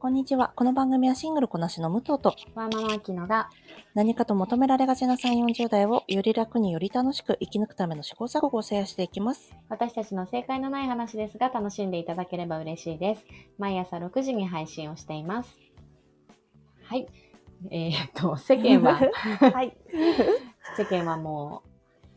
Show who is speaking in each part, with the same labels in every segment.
Speaker 1: こんにちは。この番組はシングルこなしの武藤と
Speaker 2: わーママアキノが
Speaker 1: 何かと求められがちな3、40代をより楽により楽しく生き抜くための試行錯誤をシェアしていきます。
Speaker 2: 私たちの正解のない話ですが楽しんでいただければ嬉しいです。毎朝6時に配信をしています。はい。えーっと、世間は、
Speaker 1: はい。
Speaker 2: 世間はもう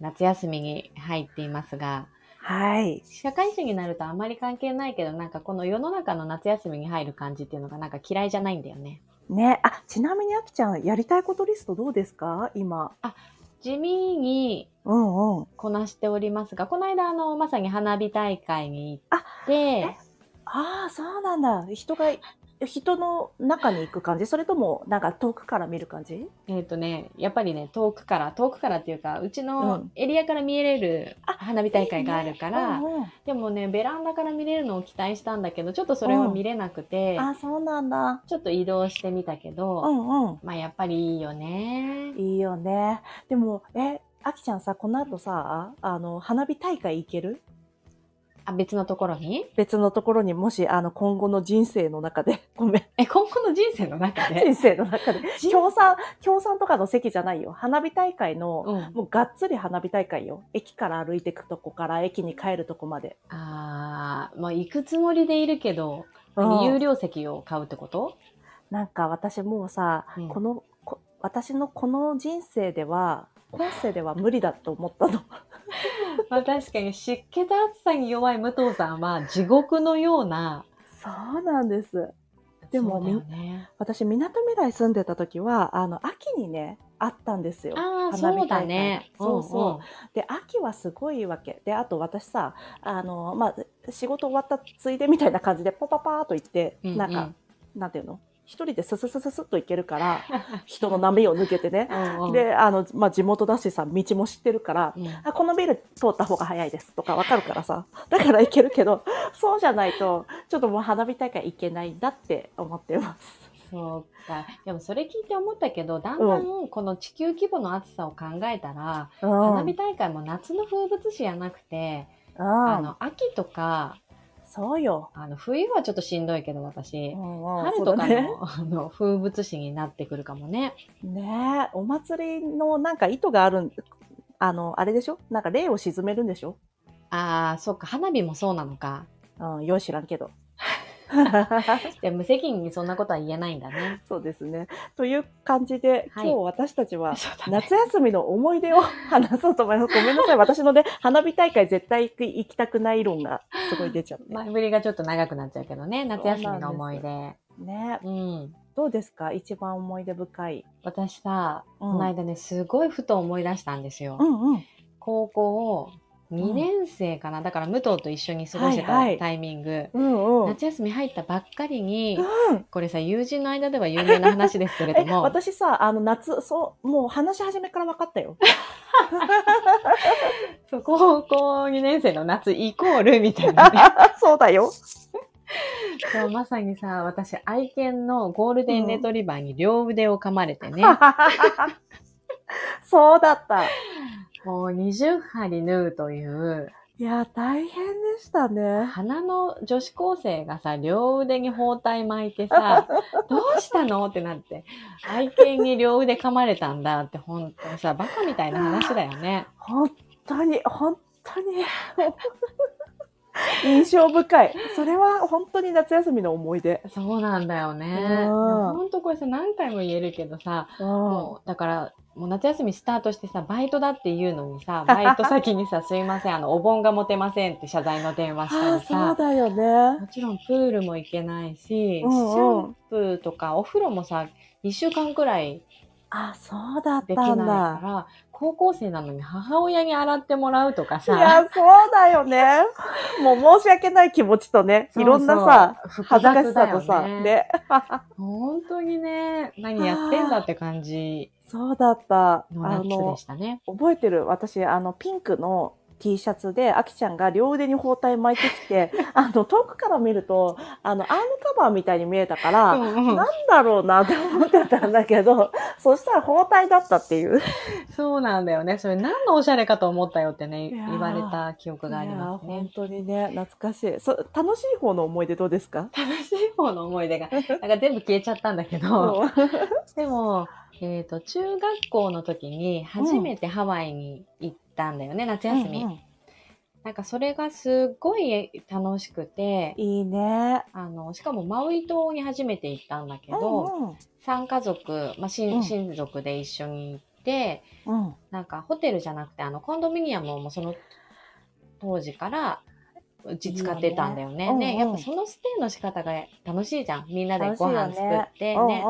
Speaker 2: 夏休みに入っていますが、
Speaker 1: はい。
Speaker 2: 社会人になるとあまり関係ないけど、なんかこの世の中の夏休みに入る感じっていうのがなんか嫌いじゃないんだよね。
Speaker 1: ね、あ、ちなみにあきちゃん、やりたいことリストどうですか今。
Speaker 2: 地味に
Speaker 1: うんうん。
Speaker 2: こなしておりますが、この間あの、まさに花火大会に行って、
Speaker 1: ああ、そうなんだ。人が、人の中に行く感じそれとも、なんか遠くから見る感じ
Speaker 2: えっ、とね、やっぱりね、遠くから、遠くからっていうか、うち
Speaker 1: う
Speaker 2: の
Speaker 1: ん
Speaker 2: エリアから見れる
Speaker 1: あ
Speaker 2: 花火大会があるから、
Speaker 1: うんうん
Speaker 2: でもね、ベランダから見れるのを期待したんだけど、ちょっとそれは見れなくて、
Speaker 1: あ、そうなんだ。
Speaker 2: ちょっと移動してみたけど、
Speaker 1: うんうん。
Speaker 2: まあやっぱりいいよね。
Speaker 1: いいよね。でも、え、あきちゃんさ、この後さ、あの、花火大会行ける
Speaker 2: あ、別のところに
Speaker 1: 別のところにもし、あの、今後の人生の中で、 ごめん、
Speaker 2: え、今後の人生の中で
Speaker 1: 人生の中で、
Speaker 2: 人
Speaker 1: 協賛、協賛とかの席じゃないよ。花火大会の、
Speaker 2: うん。
Speaker 1: もうがっつり花火大会よ。駅から歩いてくとこから、駅に帰るとこまで。
Speaker 2: あー、まあ行くつもりでいるけど、
Speaker 1: うん
Speaker 2: 有料席を買うってこと
Speaker 1: なんか私もうさ、
Speaker 2: うん
Speaker 1: この、こ私のこの人生では、今世では無理だと思ったの。
Speaker 2: まあ確かに湿気と暑さに弱い武藤さんは地獄のような、
Speaker 1: そうなんです。でも
Speaker 2: そうだよね、
Speaker 1: 私、みなとみらい住んでた時は、あの、秋にね、あったんですよ。
Speaker 2: ああ、
Speaker 1: 花火大会
Speaker 2: そうだね。
Speaker 1: そうそうん
Speaker 2: ん
Speaker 1: で秋はすごいわけであと私さあの、まあ、仕事終わったついでみたいな感じでポパパーと行って、
Speaker 2: うんうん
Speaker 1: なんかなんていうの一人でスススススっと行けるから 人の波を抜けてね
Speaker 2: うんうん、
Speaker 1: であの、まあ、地元だしさ道も知ってるから。
Speaker 2: うん
Speaker 1: あこのビル通った方が早いですとかわかるからさだから行けるけどそうじゃないとちょっともう花火大会行けないんだって思ってます。
Speaker 2: そうか。でもそれ聞いて思ったけど、だんだんこの地球規模の暑さを考えたら、花火大会も夏の風物詩じゃなくて、
Speaker 1: うん
Speaker 2: あの、秋とか、
Speaker 1: そうよ、
Speaker 2: あの、冬はちょっとしんどいけど私、
Speaker 1: うんうん
Speaker 2: 春
Speaker 1: そう
Speaker 2: と
Speaker 1: だ
Speaker 2: かの,、
Speaker 1: ね
Speaker 2: あの風物詩になってくるかもね。
Speaker 1: ねえ、お祭りのなんか意図があるん、あの、あれでしょなんか霊を沈めるんでしょ
Speaker 2: ああ、そっか、花火もそうなのか。
Speaker 1: うん、よう知らんけど。
Speaker 2: で無責任にそんなことは言えないんだね。
Speaker 1: そうですね。という感じで、
Speaker 2: はい
Speaker 1: 今日私たちは
Speaker 2: そうだね
Speaker 1: 夏休みの思い出を 話そうと思います。ごめんなさい。私のね、花火大会絶対行く行きたくない論がすごい出ち ゃって。
Speaker 2: 前振りがちょっと長くなっちゃうけどね、夏休みの思い
Speaker 1: そ
Speaker 2: 出。
Speaker 1: ねえ、
Speaker 2: うん。
Speaker 1: どうですか一番思い出深い。
Speaker 2: 私さ、
Speaker 1: うん
Speaker 2: この間ね、すごいふと思い出したんですよ。
Speaker 1: うんうん。
Speaker 2: 高校を2年生かな、だから武藤と一緒に過ごしてた
Speaker 1: はいはい
Speaker 2: タイミング、
Speaker 1: うんうん。
Speaker 2: 夏休み入ったばっかりに、
Speaker 1: うん
Speaker 2: これさ、友人の間では有名な話ですけれ
Speaker 1: え
Speaker 2: ども、
Speaker 1: 私さ、あの夏、そう、もう話し始めから分かったよ。
Speaker 2: そう高校2年生の夏イコールみたいなね。
Speaker 1: そうだよ。
Speaker 2: そうまさにさ、私、愛犬のゴールデンレトリバーに両腕を噛まれてね、
Speaker 1: そうだった。
Speaker 2: もう20針縫うという、
Speaker 1: いや、大変でしたね。
Speaker 2: 花の女子高生がさ、両腕に包帯巻い てさ、どうしたのってなって、愛犬に両腕噛まれたんだって、本当にさ、バカみたいな話だよね。
Speaker 1: 本当に、本当に。 印象深い。それは本当に夏休みの思い出。
Speaker 2: そうなんだよね。
Speaker 1: うん
Speaker 2: 本当これさ、何回も言えるけどさ、
Speaker 1: うん
Speaker 2: もう、だから、もう夏休みスタートしてさ、バイトだって言うのにさ、バイト先にさ、すいません、あの、お盆が持てませんって謝罪の電話した
Speaker 1: あ
Speaker 2: り
Speaker 1: そう
Speaker 2: さ、
Speaker 1: だよね。
Speaker 2: もちろんプールも行けないし、シ
Speaker 1: うんうん
Speaker 2: ャンプーとかお風呂もさ、1週間くらい
Speaker 1: あ、そうだっ
Speaker 2: でき
Speaker 1: た
Speaker 2: ない
Speaker 1: ん
Speaker 2: か
Speaker 1: だ。
Speaker 2: ら、高校生なのに母親に洗ってもらうとか
Speaker 1: い
Speaker 2: さ、
Speaker 1: や、そうだよね。もう申し訳ない気持ちとね、いろんなさ、
Speaker 2: そうそう、
Speaker 1: 恥ずかし
Speaker 2: 複雑だ
Speaker 1: さ
Speaker 2: よ
Speaker 1: とさ、
Speaker 2: ね。
Speaker 1: ね。
Speaker 2: 本当にね、何やってんだって感じ
Speaker 1: そうだった。あ
Speaker 2: の夏で
Speaker 1: の
Speaker 2: し、たね。
Speaker 1: 覚えてる私あのピンクの T シャツで、あきちゃんが両腕に包帯巻いてき て、あの、遠くから見ると、あの、アームカバーみたいに見えたから、
Speaker 2: うんうん
Speaker 1: なんだろうなって思ってたんだけど、 そしたら包帯だったっていう。
Speaker 2: そうなんだよね。それ何のおしゃれかと思ったよってね、
Speaker 1: いやー
Speaker 2: 言われた記憶があります
Speaker 1: いやー本
Speaker 2: ね。
Speaker 1: 当にね、懐かしい。そ楽しい方の思い出どうですか
Speaker 2: 楽しい方の思い 出が、なんか全部消えちゃったんだけど、
Speaker 1: うん
Speaker 2: でも、えっ、と、中学校の時に初めてハワイに行ったんだよね、夏休み。
Speaker 1: うんうん
Speaker 2: なんかそれがすっごい楽しくて、
Speaker 1: いいね。
Speaker 2: あの、しかもマウイ島に初めて行ったんだけど、
Speaker 1: うんうん
Speaker 2: 三家族、
Speaker 1: う
Speaker 2: まあ、
Speaker 1: ん
Speaker 2: 親親族で一緒に行って、
Speaker 1: うん
Speaker 2: なんかホテルじゃなくて、あの、コンドミニアムをもうその当時から、うち使ってたんだよ
Speaker 1: いい
Speaker 2: ね。
Speaker 1: よね
Speaker 2: ね、
Speaker 1: うんうん
Speaker 2: やっぱそのステイの仕方が楽しいじゃん。みんなで
Speaker 1: 楽しい
Speaker 2: ご
Speaker 1: よ
Speaker 2: 飯作
Speaker 1: ね
Speaker 2: って、ね
Speaker 1: う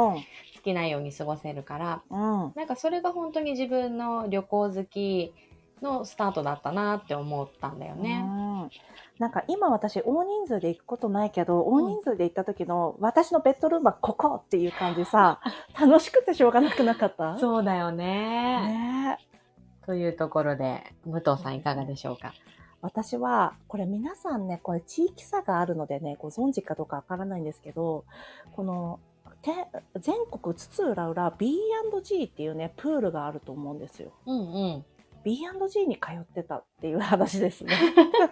Speaker 2: 好きなように過ごせるから、
Speaker 1: んうん
Speaker 2: なんかそれが本当に自分の旅行好きのスタートだったなって思ったんだよ
Speaker 1: う
Speaker 2: ね。
Speaker 1: んなんか今私大人数で行くことないけど、大人数で行った時の私のベッドルームはここっていう感じ さ、楽しくてしょうがなくなかった
Speaker 2: そうだよね
Speaker 1: ねえ
Speaker 2: というところで、武藤さんいかがでしょうか。
Speaker 1: 私は、これ皆さんね、これ地域差があるのでね、ご存知かどうかわからないんですけど、この、て全国津々浦々 B&G っていうね、プールがあると思うんですよ。
Speaker 2: うんうん。
Speaker 1: B&G に通ってたっていう話ですね。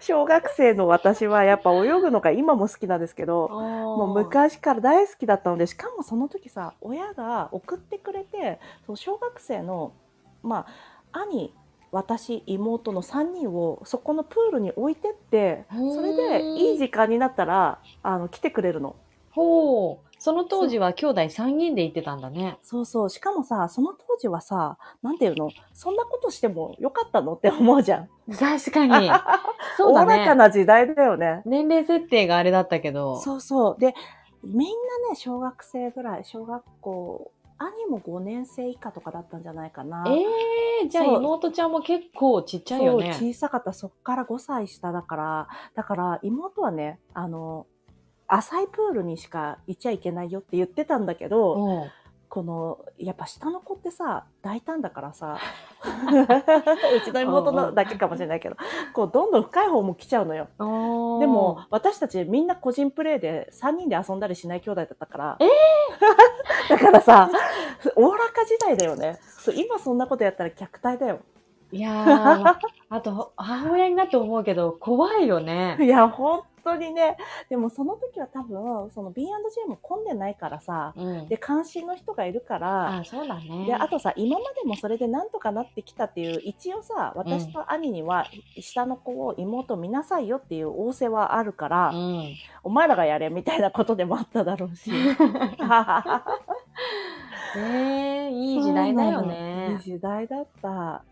Speaker 1: 小学生の私はやっぱ泳ぐのが今も好きなんですけど、も
Speaker 2: も
Speaker 1: う昔から大好きだったので、しかもその時さ、親が送ってくれて、そう小学生の、まあ、兄、私、妹の3人をそこのプールに置いてって、それでいい時間になったら、あの、来てくれるの。
Speaker 2: ほう。その当時は兄弟3人で行ってたんだね。
Speaker 1: そうそう。しかもさ、その当時はさ、なんていうのそんなことしてもよかったのって思うじゃん。
Speaker 2: 確かに。 そう
Speaker 1: お
Speaker 2: だ
Speaker 1: おらか
Speaker 2: ね。
Speaker 1: な時代だよね。
Speaker 2: 年齢設定があれだったけど。
Speaker 1: そうそう。で、みんなね、小学生ぐらい、小学校、兄も5年生以下とかだったんじゃないかな。
Speaker 2: えー、じゃあ
Speaker 1: そう
Speaker 2: 妹ちゃんも結構ちっちゃい
Speaker 1: そう
Speaker 2: よね。
Speaker 1: 小さかった、そっから5歳下だから、だから妹はね、あの、浅いプールにしか行っちゃいけないよって言ってたんだけど、
Speaker 2: うん
Speaker 1: この、やっぱ下の子ってさ、大胆だから さ、うちの妹のだけかもしれないけど、こう、どんどん深い方も来ちゃうのよ。
Speaker 2: おー
Speaker 1: でも、私たちみんな個人プレーで3人で遊んだりしない兄弟だったから。
Speaker 2: え
Speaker 1: だからさ、おおらか時代だよね。そう今そんなことやったら虐待だよ。
Speaker 2: いやー、 あと、母親になって思うけど、怖いよね。
Speaker 1: いや、本当にね。でもその時は多分、その B&J も混んでないからさ、
Speaker 2: うん。
Speaker 1: で、関心の人がいるから、
Speaker 2: あ、そうだね。
Speaker 1: で、あとさ、今までもそれでなんとかなってきたっていう、一応さ、私と兄には、下の子を妹見なさいよっていう仰せはあるから、
Speaker 2: うん。
Speaker 1: お前らがやれみたいなことでもあっただろう し。
Speaker 2: えー、いい時代だ
Speaker 1: そ
Speaker 2: よ
Speaker 1: うなのいい
Speaker 2: ね。
Speaker 1: 時代だった。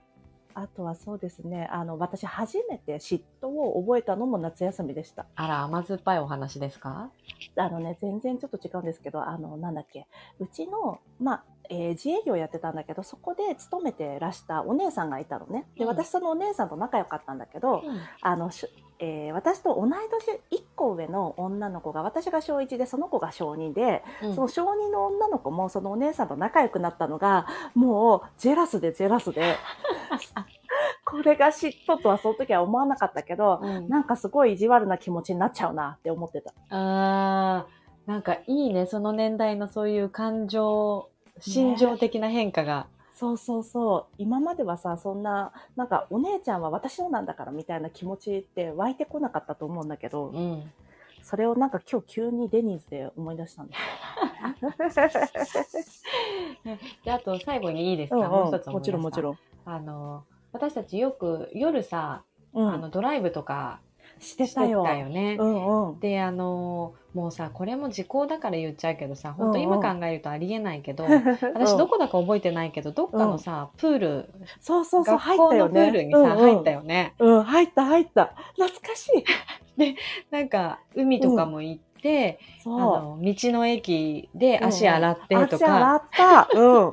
Speaker 1: あとはそうですね、あの、私初めて嫉妬を覚えたのも夏休みでした。
Speaker 2: あら、甘酸っぱいお話ですか
Speaker 1: あのね、全然ちょっと違うんですけど、あの、なんだっけ、うちの、まあ、えー自営業やってたんだけど、そこで勤めてらしたお姉さんがいたのね。で、
Speaker 2: うん
Speaker 1: 私そのお姉さんと仲良かったんだけど、あの、しえー私と同い年1個上の女の子が、私が小1で、その子が小2で、
Speaker 2: うん
Speaker 1: その小児の女の子もそのお姉さんと仲良くなったのがもうジェラスでジェラスで これが嫉妬とはその時は思わなかったけど
Speaker 2: うん
Speaker 1: なんかすごい意地悪な気持ちになっちゃうなって思ってた。
Speaker 2: あーなんかいいね、その年代のそういう感情、心情的な変化が。
Speaker 1: そうそうそう今まではさそんななんかお姉ちゃんは私のなんだからみたいな気持ちって湧いてこなかったと思うんだけど
Speaker 2: うん。
Speaker 1: それをなんか今日急にデニーズで思い出したんですよ。
Speaker 2: で、あと最後にいいで す
Speaker 1: う
Speaker 2: か、
Speaker 1: んうん
Speaker 2: もう一つ
Speaker 1: もちろんもち
Speaker 2: ん。
Speaker 1: ろん。
Speaker 2: あの、私たちよく夜さ、
Speaker 1: う
Speaker 2: あ
Speaker 1: ん、
Speaker 2: のドライブとか
Speaker 1: して
Speaker 2: したて
Speaker 1: よ。
Speaker 2: たよね。
Speaker 1: うんうん、
Speaker 2: で、あの、もうさ、これも時効だから言っちゃうけどさ、本当
Speaker 1: うんう
Speaker 2: 今
Speaker 1: ん
Speaker 2: 考えるとありえないけど、
Speaker 1: う
Speaker 2: 私
Speaker 1: ん
Speaker 2: どこだか覚えてないけど、どっかのさ、プール、
Speaker 1: そうそうそう、入
Speaker 2: 学
Speaker 1: っ
Speaker 2: 校
Speaker 1: たよ
Speaker 2: のプ
Speaker 1: ね。
Speaker 2: ールにさ、
Speaker 1: うんうん
Speaker 2: 入ったよね。
Speaker 1: うん、入った入った。懐かしい。
Speaker 2: なんか、海とかも行って、あ
Speaker 1: そ
Speaker 2: の道の駅で
Speaker 1: うん
Speaker 2: 足洗っ
Speaker 1: う。
Speaker 2: てと
Speaker 1: 足洗
Speaker 2: か、
Speaker 1: った。うん。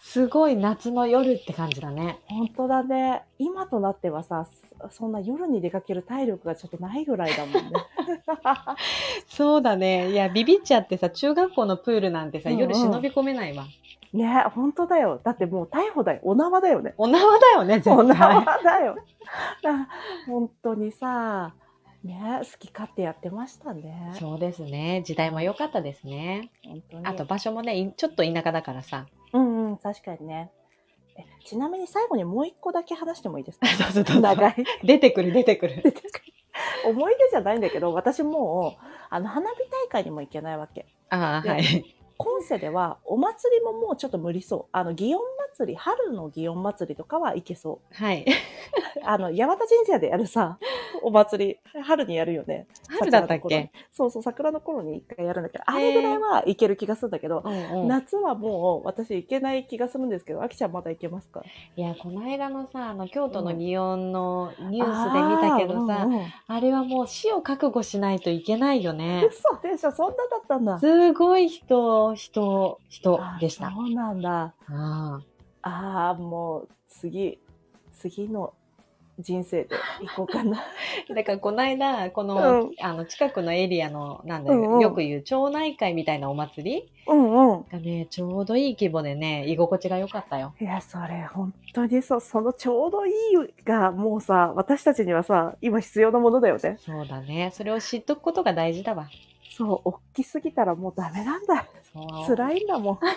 Speaker 2: すごい夏の夜って感じだね。
Speaker 1: 本当だね。今となってはさ、そそんな夜に出かける体力がちょっとないぐらいだもんね。
Speaker 2: そうだね。いや、ビビっちゃってさ、中学校のプールなんてさ、
Speaker 1: うんうん
Speaker 2: 夜忍び込めないわ。
Speaker 1: ね本当だよ。だってもう逮捕だよ。お縄だよね。
Speaker 2: お縄だよね、絶
Speaker 1: お
Speaker 2: 対。
Speaker 1: 縄だよ。 な本当にさ、ね好き勝手やってましたね。
Speaker 2: そうですね。時代も良かったですね。
Speaker 1: 本当に。
Speaker 2: あと場所もね、いちょっと田舎だからさ。
Speaker 1: うんうん、確かにね。えちなみに最後にもう一個だけ話してもいいです か
Speaker 2: どうぞどうぞ
Speaker 1: 長い。
Speaker 2: 出てくる、出てくる。
Speaker 1: 思い出じゃないんだけど、私もう、あの、花火大会にも行けないわけ。
Speaker 2: ああ、
Speaker 1: で
Speaker 2: はい。
Speaker 1: 今世では、お祭りももうちょっと無理そう。あの、祇園祭り、春の祇園祭りとかは行けそ
Speaker 2: はい。
Speaker 1: う。あの、八幡神社でやるさ、お祭り、春にやるよね。
Speaker 2: 春だった
Speaker 1: 桜の
Speaker 2: っ
Speaker 1: 頃に
Speaker 2: け
Speaker 1: そうそう、桜の頃に一回やるんだけど、あれぐらいは行ける気がするんだけど、
Speaker 2: うんうん。
Speaker 1: 夏はもう私行けない気がするんですけど、あきちゃんまだ行けますか
Speaker 2: いや、この間のさ、あの、京都の祇園のニュースで見たけどさ、あ,、
Speaker 1: あーうんうん
Speaker 2: れはもう死を覚悟しないといけないよね。
Speaker 1: 嘘でしょそんなだったんだ。
Speaker 2: すごい人、人、人でし
Speaker 1: あ
Speaker 2: た。
Speaker 1: そうなんだ。
Speaker 2: あ
Speaker 1: ああ、もう次、次の人生で行こうかな。
Speaker 2: あだから、この間、この、
Speaker 1: うん
Speaker 2: あの、近くのエリアの、なんだよ、
Speaker 1: うんうん
Speaker 2: よく言う、町内会みたいなお祭り
Speaker 1: うんうん。
Speaker 2: がね、ちょうどいい規模でね、居心地が良かったよ。
Speaker 1: いや、それ、本当にそう、そのちょうどいいが、もうさ、私たちにはさ、今必要なものだよね。
Speaker 2: そうだね。それを知っとくことが大事だわ。
Speaker 1: そう、大きすぎたらもうダメなんだ。
Speaker 2: そう
Speaker 1: 辛いんだもん。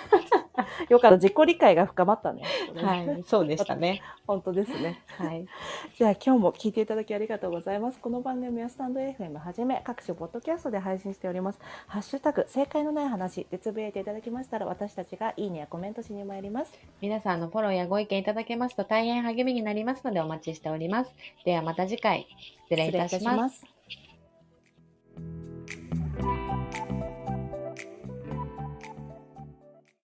Speaker 1: よかった、自己理解が深まったね。
Speaker 2: はい、 そうでしたね。
Speaker 1: 本当ですね。
Speaker 2: はい。
Speaker 1: じゃあ今日も聞いていただきありがとうございます。この番組はスタンド FM はじめ各種ポッドキャストで配信しております。ハッシュタグ正解のない話でつぶやいていただきましたら私たちがいいねやコメントしに参ります。
Speaker 2: 皆さんのフォローやご意見いただけますと大変励みになりますのでお待ちしております。ではまた次回。失礼いたします。
Speaker 1: す。